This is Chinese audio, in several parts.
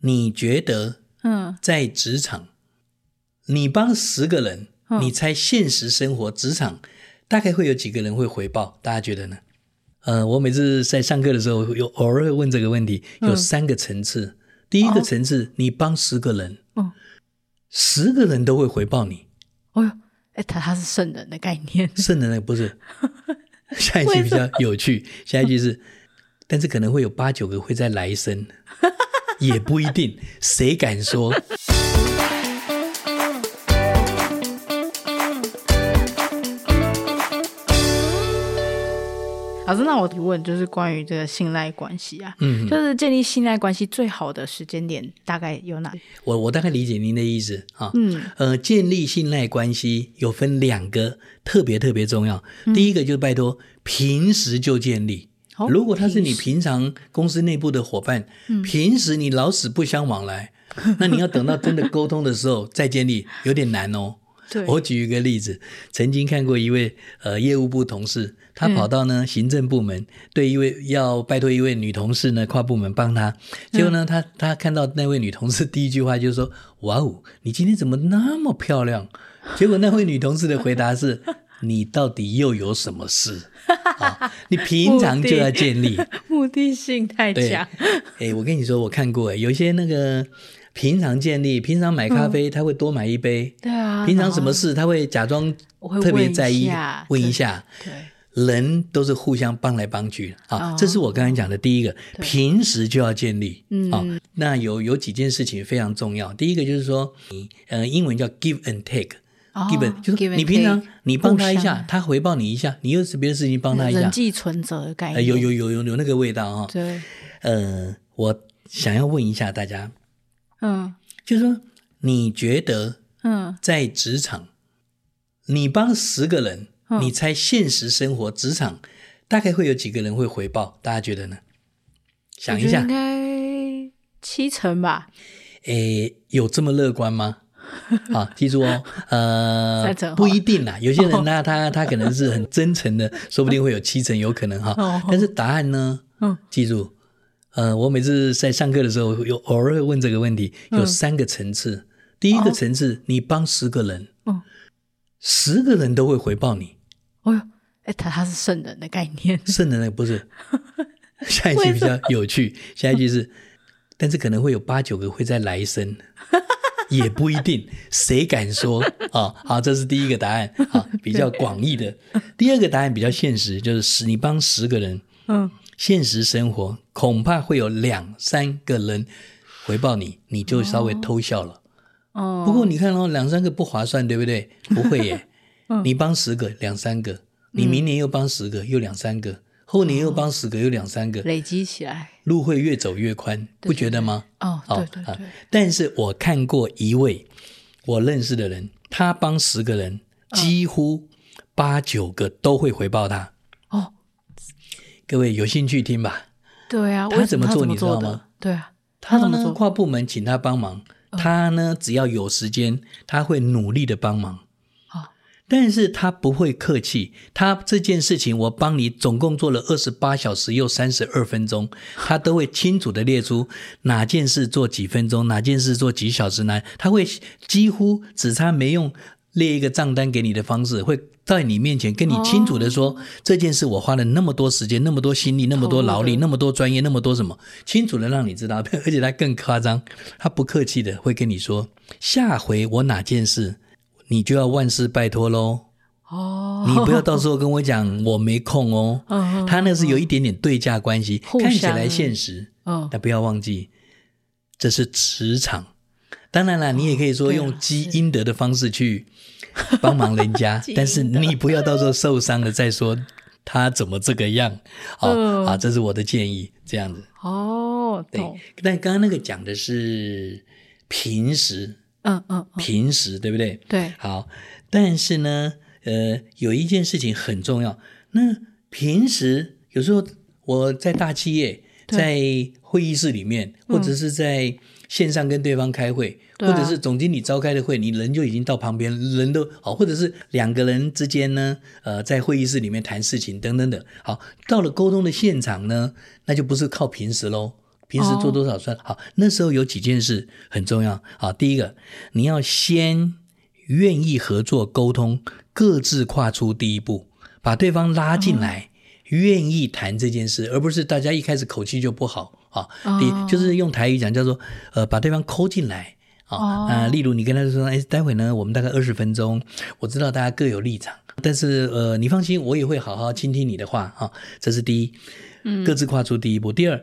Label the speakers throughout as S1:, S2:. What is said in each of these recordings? S1: 你觉得
S2: 嗯
S1: 在职场，你帮十个人，
S2: 嗯
S1: 你猜现实生活职场大概会有几个人会回报？大家觉得呢？呃，我每次在上课的时候，有偶尔会问这个问题，有三个层次。第一个层次，你帮十个人，
S2: 哦，
S1: 十个人都会回报你，
S2: 哦哟，哎，他他是圣人的概念，
S1: 剩的那个不是。下一句比较有趣，下一句是，但是可能会有八九个会在来生，也不一定，谁敢说？
S2: 老师，那我提问就是关于这个信赖关系啊，
S1: 嗯，
S2: 就是建立信赖关系最好的时间点大概有哪？
S1: 我我大概理解您的意思啊。
S2: 嗯
S1: 呃，建立信赖关系有分两个特别特别重要，第一个就是拜托平时就建立。
S2: 嗯好
S1: 如果他是你
S2: 平时嗯
S1: 平常公司内部的伙伴，平时你老死不相往来，那你要等到真的沟通的时候再建立，有点难哦。
S2: 对，
S1: 我举一个例子，曾经看过一位呃业务部同事，他
S2: 嗯
S1: 跑到呢、行政部门，对一位要拜托一位女同事呢跨部门帮他，结果
S2: 嗯
S1: 呢、他他看到那位女同事第一句话就是说：“哇哦，你今天怎么那么漂亮？”结果那位女同事的回答 是：“你到底又有什么事？”啊， 你平常就要建立，
S2: 目的性太
S1: 对，
S2: 强，
S1: 哎，我跟你说，我看过，哎有一些那个平常建立，平常买咖啡、他会多买一杯，
S2: 嗯对啊，
S1: 平常什么
S2: 然后
S1: 事他会假装
S2: 我会
S1: 特别
S2: 问一
S1: 在意
S2: 下，
S1: 问一
S2: 对
S1: 下。
S2: 对，
S1: 人都是互相帮来帮去啊
S2: 哦，
S1: 这是我刚才讲的第一个，
S2: 对
S1: 平时就要建立
S2: 嗯
S1: 啊。那有有几件事情非常重要，第一个就是说，你呃，英文叫 give and take，give
S2: 哦
S1: and 就是说
S2: give and
S1: 你平常
S2: take，
S1: 你帮他一
S2: 互
S1: 下
S2: 相，
S1: 他回报你一下，你又是别的事情帮他一
S2: 人
S1: 下，
S2: 际存折的概念，
S1: 呃有有有有有那个味道哈。啊
S2: 对，
S1: 呃，我想要问一下大家，
S2: 嗯
S1: 就是说你觉得
S2: 嗯
S1: 在职场，你帮十个人，
S2: 嗯
S1: 你猜现实生活职场大概会有几个人会回报？大家觉得呢？想一
S2: 我
S1: 下
S2: 觉，得应该七成吧，
S1: 诶，有这么乐观吗？ 好，记住哦，呃
S2: 三成，哦
S1: 不一定啦。有些人 呢，他他可能是很真诚的，说不定会有七成，有可能哈。
S2: 哦
S1: 但是答案呢？
S2: 嗯，
S1: 记住，呃，我每次在上课的时候，有偶尔会问这个问题，有
S2: 嗯哦
S1: 三个层次。第一个层次，你帮十个人，
S2: 嗯，
S1: 十个人都会回报你，
S2: 哦哟，哎，他他是圣人的概念，
S1: 剩的那个不 是。下一句比较有趣，下一句是，但是可能会有八九个会在来 生，也不一定，谁敢说啊、好，这是第一个答案啊、 比较广义的。第二个答案比较现实，就是十，你帮十个人，
S2: 嗯，
S1: 现实生活恐怕会有两三个人回报你，你就稍微偷笑了。
S2: 哦，
S1: 不过你看哦，两三个不划算，对不对？不会 耶，
S2: 嗯
S1: 你帮十个，两三个，你明年又帮十个，又两三个，后年又帮十个，又两三个，
S2: 累积起来，
S1: 路会越走越宽，不觉得吗？
S2: 哦，
S1: 哦
S2: 对对
S1: 啊
S2: 对，
S1: 但是我看过一位我认识的人，他帮十个人，
S2: 嗯
S1: 几乎八九个都会回报他。
S2: 哦，
S1: 各位有兴趣听吧？
S2: 对啊，
S1: 他
S2: 为什
S1: 怎么
S2: 他
S1: 做
S2: 怎么
S1: 你知道
S2: 的
S1: 吗？
S2: 对啊，
S1: 他
S2: 怎么
S1: 呢
S2: 做？
S1: 跨部门请他帮忙，他呢只要有时间，他会努力的帮忙。
S2: 哦
S1: 但是他不会客气，他这件事情我帮你总共做了二十八小时又三十二分钟，他都会清楚的列出哪件事做几分钟，哪件事做几小时呢？他会几乎只差没用列一个账单给你的方式，会在你面前跟你清楚的说、这件事我花了那么多时间、那么多心力、那么多劳力、
S2: 投入的
S1: 那么多专业、那么多什么，清楚的让你知道。 而且他更夸张，他不客气的会跟你说，下回我哪件事。你就要万事拜托喽。
S2: 哦，
S1: 你不要到时候跟我讲我没空哦。
S2: 嗯，嗯
S1: 他那是有一点点对价关系，
S2: 互
S1: 看起
S2: 相
S1: 来现实，
S2: 嗯，
S1: 但不要忘记，这是职场。当然啦，你也可以说
S2: 对啊
S1: 用积阴德的方式去帮忙人家
S2: 积阴，德
S1: 但是你不要到时候受伤了再说他怎么这个样。好、
S2: 嗯
S1: 啊，这是我的建议，这样子。
S2: 哦，
S1: 对
S2: 懂，，
S1: 但刚刚那个讲的是平时，
S2: 嗯嗯，嗯
S1: 平时对不对？
S2: 对，
S1: 好，但是呢，呃，有一件事情很重要。那平时有时候我在大企业，
S2: 对嗯
S1: 在会议室里面，或者是在线上跟对方开会，
S2: 对啊
S1: 或者是总经理召开的会，你人就已经到旁边，人都好，或者是两个人之间呢，呃，在会议室里面谈事情等等等。好，到了沟通的现场呢，那就不是靠平时喽。平时做
S2: 哦
S1: 多少算、好。那时候有几件事很重要好，第一个，你要先愿意合作沟通，各自跨出第一步，把对方拉进
S2: 哦
S1: 来，愿意谈这件事，而不是大家一开始口气就不好啊。第、
S2: 哦
S1: 就是用台语讲叫做呃，把对方抠进来。啊、
S2: 哦
S1: 呃例如你跟他说，哎，待会呢，我们大概二十分钟，我知道大家各有立场，但是呃，你放心，我也会好好倾听你的话啊、这是第一，各自跨出第一步。第二，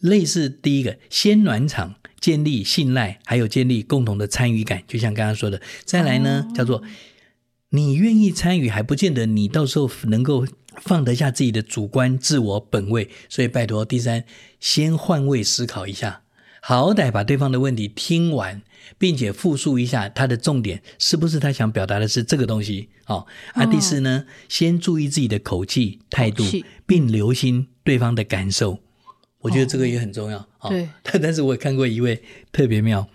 S1: 类似第一个，先暖场，建立信赖，还有建立共同的参与感，就像刚刚说的。再来呢，叫做你愿意参与，还不见得你到时候能够放得下自己的主观、自我本位。所以拜托，第三，先换位思考一下，好歹把对方的问题听完。并且复述一下他的重点，是不是他想表达的是这个东西？哦，啊，
S2: 哦
S1: 第四呢，先注意自己的口气、态度
S2: 口气，
S1: 并留心对方的感受。我觉得这个也很重要。哦
S2: 对，
S1: 但 但是我也看过一位特别妙，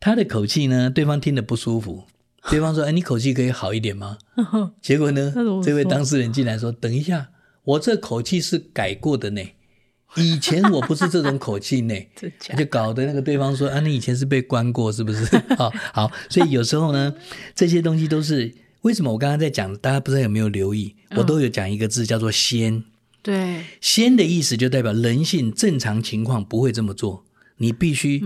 S1: 他的口气呢，对方听得不舒服，对方说：“哎，你口气可以好一点吗？”结果呢
S2: 那怎么，
S1: 这位
S2: 说
S1: 当事人竟然说：“等一下，我这口气是改过的呢，以前我不是这种口气呢。”
S2: 真假
S1: 他就搞得那个对方说啊，你以前是被关过是不 是？好好，所以有时候呢，这些东西都是为什么我刚刚在讲，大家不知道有没有留意，
S2: 嗯
S1: 我都有讲一个字叫做“先”。
S2: 对，
S1: 先的意思就代表人性正常情况不会这么做，你必须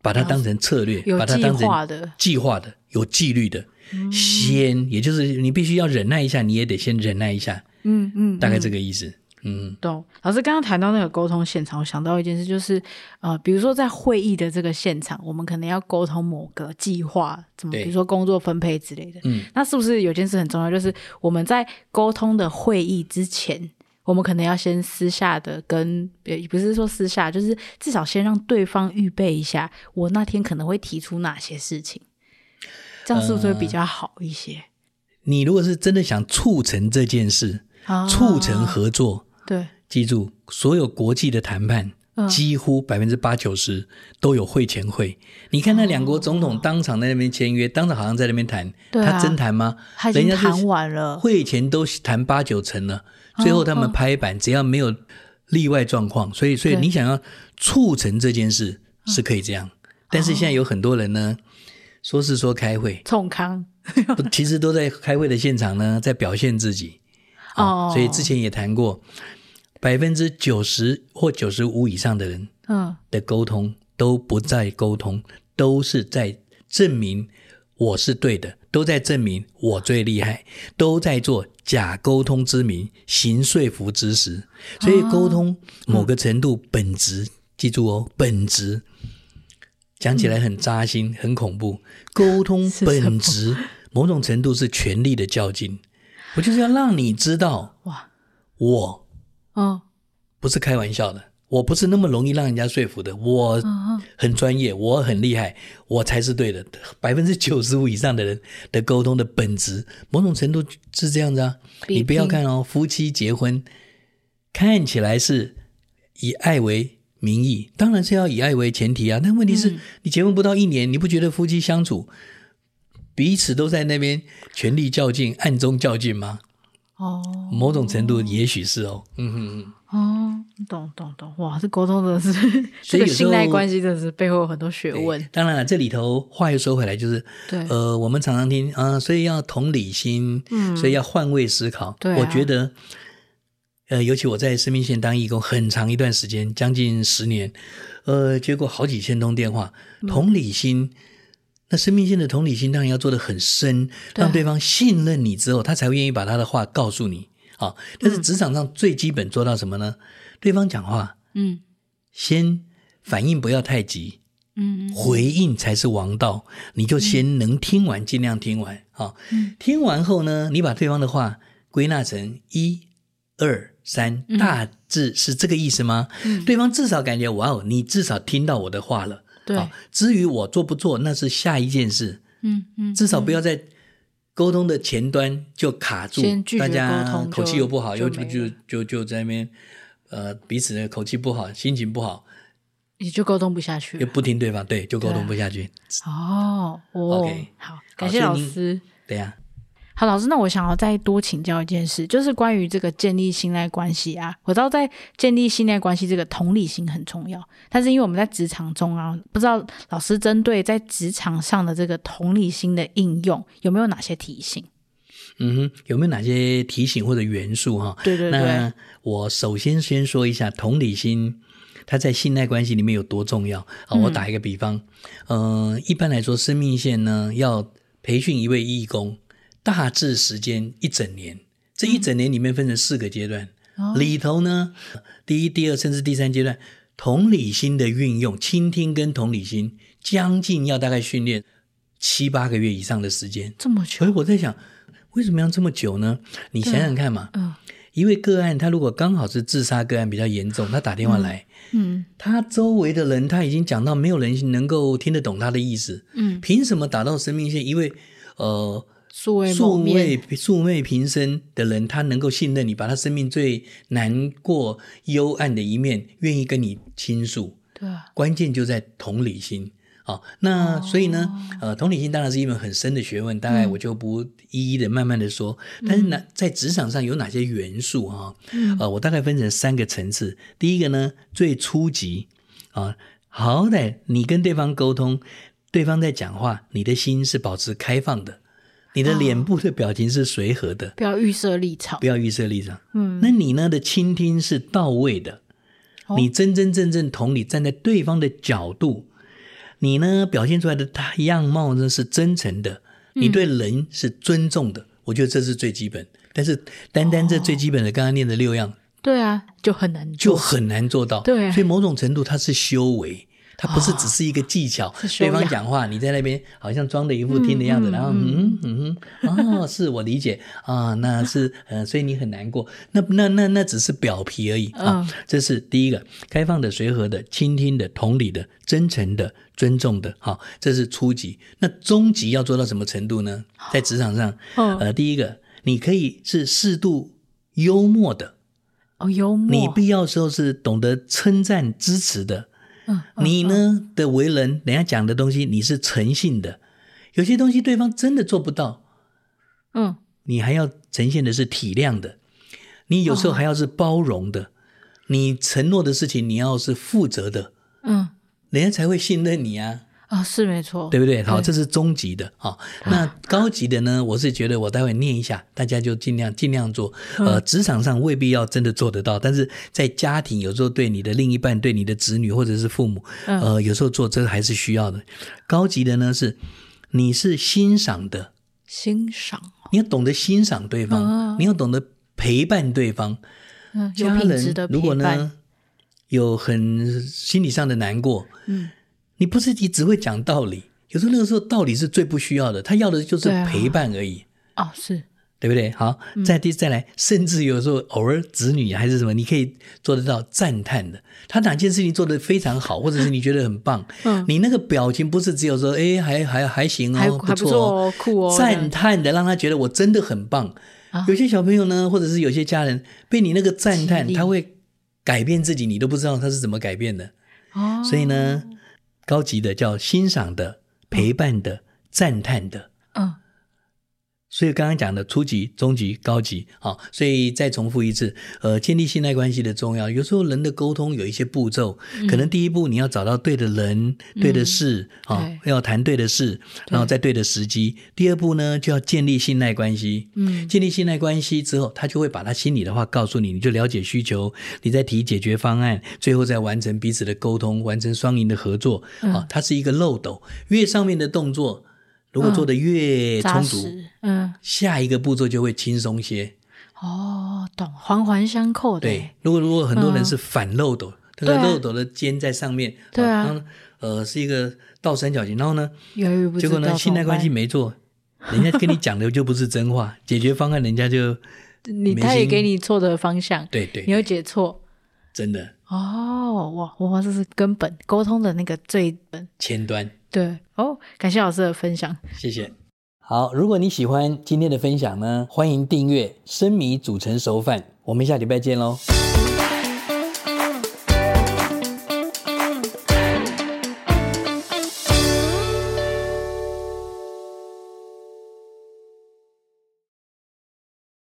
S1: 把它当成策略，
S2: 嗯哦有
S1: 把它
S2: 计
S1: 当成
S2: 划的嗯
S1: 计划的、有纪律的。先，也就是你必须要忍耐一下，你也得先忍耐一下，
S2: 嗯嗯，
S1: 大概
S2: 嗯
S1: 这个意思。嗯，
S2: 懂。老师刚刚谈到那个沟通现场，我想到一件事，就是呃，比如说在会议的这个现场，我们可能要沟通某个计划，怎么
S1: 对
S2: 比如说工作分配之类的。
S1: 嗯，
S2: 那是不是有件事很重要，就是我们在沟通的会议之前，我们可能要先私下的跟，也不是说私下，就是至少先让对方预备一下，我那天可能会提出哪些事情，这样是不是会
S1: 呃
S2: 比较好一些？
S1: 你如果是真的想促成这件事，
S2: 啊
S1: 促成合作，
S2: 对
S1: 记住，所有国际的谈判
S2: 嗯。
S1: 几乎百分之八九十都有会前会，你看那两国总统当场在那边签约，当场好像在那边谈，
S2: 哦对啊
S1: 他真谈吗？
S2: 他已
S1: 人
S2: 经
S1: 家是
S2: 谈完了
S1: 会前都谈八九成了，
S2: 哦
S1: 最后他们拍板，只要没有例外状况，所以所以
S2: 对嗯
S1: 你想要促成这件事是可以这样，但是现在有很多人
S2: 哦
S1: 呢，说是说开会，
S2: 冲康
S1: 不其实都在开会的现场呢，在表现自己。
S2: 哦
S1: 哦，所以之前也谈过，百分之九十或九十五以上的人
S2: 嗯。
S1: 的沟通都不在沟通，都是在证明我是对的，都在证明我最厉害，都在做假沟通之名，行说服之实。所以沟通
S2: 啊
S1: 某个程度本质，记住哦，本质。讲起来很扎心，很恐怖。沟通
S2: 是什么
S1: 本质某种程度是权力的较劲，我就是要让你知道，
S2: 哇，
S1: 我
S2: 嗯
S1: 不是开玩笑的，我不是那么容易让人家说服的，我
S2: 嗯嗯，
S1: 很专业，我很厉害，我才是对的。百分之九十五以上的人的沟通的本质，某种程度是这样子啊。
S2: 比
S1: 你不要
S2: 拼
S1: 看哦，夫妻结婚看起来是以爱为名义，当然是要以爱为前提啊。但问题
S2: 嗯
S1: 是，你结婚不到一年，你不觉得夫妻相处彼此都在那边权力较劲、暗中较劲吗？
S2: 哦
S1: 某种程度也许是哦。嗯哼嗯。
S2: 哦，懂懂懂，哇，这沟通真的是，
S1: 所
S2: 这
S1: 以有
S2: 个
S1: 时
S2: 信赖
S1: 候
S2: 关系真的是背后有很多学
S1: 对呃
S2: 问。嗯
S1: 当然了，这里头话又说回来，就是
S2: 对
S1: 呃，我们常常听啊、所以要同理心，
S2: 嗯
S1: 所以要换位思考。
S2: 对啊
S1: 我觉得，呃，尤其我在生命线当义工很长一段时间，将近十年，呃，接过好几千通电话，
S2: 嗯
S1: 同理心。那生命线的同理心当然要做得很深，
S2: 对
S1: 让对方信任你之后，他才会愿意把他的话告诉你啊、但是职场上最基本做到什么呢？对方讲话
S2: 嗯
S1: 先反应不要太急，
S2: 嗯
S1: 回应才是王道。你就先能听完，尽量听完啊、
S2: 嗯
S1: 听完后呢，你把对方的话归纳成一、二、三，大致是这个意思吗？
S2: 嗯
S1: 对方至少感觉哇哦，你至少听到我的话了。
S2: 对
S1: 啊至于我做不做，那是下一件事。
S2: 嗯嗯，
S1: 至少不要在沟通的前端就卡住
S2: 先，拒绝
S1: 大
S2: 沟
S1: 家
S2: 通就
S1: 口气又不好，
S2: 就
S1: 又就
S2: 没
S1: 就
S2: 了
S1: 就就在那边，呃，彼此的口气不好，心情不好，
S2: 也就沟通不下去
S1: 又
S2: 了。
S1: 不听对方，对，就沟通不下去。
S2: 哦哦
S1: OK，
S2: 好，
S1: 好
S2: 感谢老
S1: 所以您
S2: 师。
S1: 对呀、
S2: 好，老师，那我想要再多请教一件事，就是关于这个建立信赖关系啊。我知道在建立信赖关系，这个同理心很重要，但是因为我们在职场中啊，不知道老师针对在职场上的这个同理心的应用，有没有哪些提醒？
S1: 嗯哼，有没有哪些提醒或者元素哈？
S2: 对对对，
S1: 那我首先先说一下同理心，它在信赖关系里面有多重要啊、我打一个比方，嗯、呃，一般来说，生命线呢要培训一位义工，大致时间一整年，这一整年里面分成四个阶段，
S2: 哦
S1: 里头呢，第一、第二甚至第三阶段，同理心的运用、倾听跟同理心，将近要大概训练七八个月以上的时间。
S2: 这么
S1: 所以
S2: 久，
S1: 我在想，为什么要这么久呢？你想想看嘛，
S2: 嗯
S1: 一位个案，他如果刚好是自杀个案比较严重，他打电话来，
S2: 嗯
S1: 他周围的人他已经讲到没有人能够听得懂他的意思，
S2: 嗯，
S1: 凭什么打到生命线？一位呃
S2: 素未谋
S1: 素
S2: 面，
S1: 昧素昧平生的人，他能够信任你，把他生命最难过、幽暗的一面愿意跟你倾诉，
S2: 对啊，
S1: 关键就在同理心。好、那所以呢，呃，同理心当然是一门很深的学问，大概我就不一一的慢慢的说。但是呢，在职场上有哪些元素哈、
S2: 嗯
S1: 呃，我大概分成三个层次。第一个呢，最初级啊、好歹你跟对方沟通，对方在讲话，你的心是保持开放的，你的脸部的表情是随和的，
S2: 不要预设立场
S1: 不，要预设立场。
S2: 嗯，
S1: 那你呢的倾听是到位的，
S2: 哦
S1: 你真真正正同理站在对方的角度，你呢表现出来的他样貌呢是真诚的，
S2: 嗯
S1: 你对人是尊重的，我觉得这是最基本。但是单单这最基本的，刚刚念的六样
S2: 对啊，就很难
S1: 就
S2: 做，
S1: 很难做到。
S2: 对
S1: 所以某种程度它是修为。它不是只是一个技巧，
S2: 哦是修
S1: 对
S2: 养
S1: 方讲话，你在那边好像装的一副听的样子，
S2: 嗯
S1: 然后嗯嗯嗯，哦， 是我理解啊，那是呃，所以你很难过，那那那那只是表皮而已啊。
S2: 嗯
S1: 这是第一个，开放的、随和的、倾听的、同理的、真诚的、尊重的，好、这是初级。那中级要做到什么程度呢？在职场上，
S2: 嗯，
S1: 呃，第一个，你可以是适度幽默的，
S2: 哦，幽默，
S1: 你必要时候是懂得称赞、支持的。
S2: 嗯，嗯
S1: 你呢的为人，人家讲的东西你是诚信的。有些东西对方真的做不到，
S2: 嗯，
S1: 你还要呈现的是体谅的。你有时
S2: 哦
S1: 候还要是包容的。你承诺的事情，你要是负责的，
S2: 嗯，
S1: 人家才会信任你啊，
S2: 啊，是没错，
S1: 对不对？好，
S2: 对
S1: 这是中级的啊、那高级的呢？我是觉得我待会念一下，大家就尽量尽量做。呃，职场上未必要真的做得到，但是在家庭有时候对你的另一半、对你的子女或者是父母，
S2: 嗯
S1: 呃，有时候做这还是需要的。高级的呢是你是欣赏的，
S2: 欣赏，
S1: 你要懂得欣赏对方，
S2: 哦
S1: 你要懂得陪伴对方。
S2: 嗯，有
S1: 家
S2: 品质
S1: 人
S2: 的陪
S1: 如果
S2: 伴，
S1: 呢有很心理上的难过，
S2: 嗯，
S1: 你不是你只会讲道理，有时候那个时候道理是最不需要的，他要的就是
S2: 对啊嗯
S1: 陪伴而已。
S2: 哦，是，
S1: 对不对？好，再第再来，甚至有时候偶尔子女啊还是什么，你可以做得到赞叹的。他哪件事情做得非常好，或者是你觉得很棒，
S2: 嗯，
S1: 你那个表情不是只有说，哎，还还还行
S2: 还
S1: 哦，
S2: 还
S1: 错哦，
S2: 不错哦，酷哦，这
S1: 赞
S2: 样
S1: 叹的，让他觉得我真的很棒。
S2: 啊
S1: 有些小朋友呢，或者是有些家人被你那个赞
S2: 激
S1: 叹，
S2: 励
S1: 他会改变自己，你都不知道他是怎么改变的。
S2: 哦，
S1: 所以呢，高级的叫欣赏的、陪伴的、赞叹的。
S2: 嗯，
S1: 所以刚刚讲的初级、中级、高级，好，所以再重复一次，呃，建立信赖关系的重要。有时候人的沟通有一些步骤，
S2: 嗯
S1: 可能第一步你要找到对的人、对的事，啊、要谈对的事，然后再对的时机。第二步呢，就要建立信赖关系。
S2: 嗯，
S1: 建立信赖关系之后，他就会把他心里的话告诉你，你就了解需求，你再提解决方案，最后再完成彼此的沟通，完成双赢的合作。
S2: 嗯
S1: 啊，它是一个漏斗，越上面的动作如果做得越
S2: 嗯扎
S1: 充足，
S2: 实，嗯，
S1: 下一个步骤就会轻松些。
S2: 哦，懂，环环相扣的，
S1: 对，，如果如果很多人是反漏斗，这个
S2: 嗯对啊
S1: 漏斗的尖在上面，
S2: 对啊
S1: 然后呃是一个倒三角形，然后呢，
S2: 犹豫不知
S1: 结果呢
S2: 道
S1: 信赖
S2: 怎么
S1: 关系
S2: 办，
S1: 没做，人家跟你讲的就不是真 话，解决方案人家就
S2: 你
S1: 没
S2: 他也
S1: 心
S2: 给你错的方向，
S1: 对对，
S2: 你会解错，
S1: 真的
S2: 哦，哇哇，这是根本沟通的那个最本，
S1: 前端。
S2: 对，哦，感谢老师的分享。
S1: 谢谢。好，如果你喜欢今天的分享呢，欢迎订阅《生米煮成熟饭》，我们下礼拜见喽。
S3: 「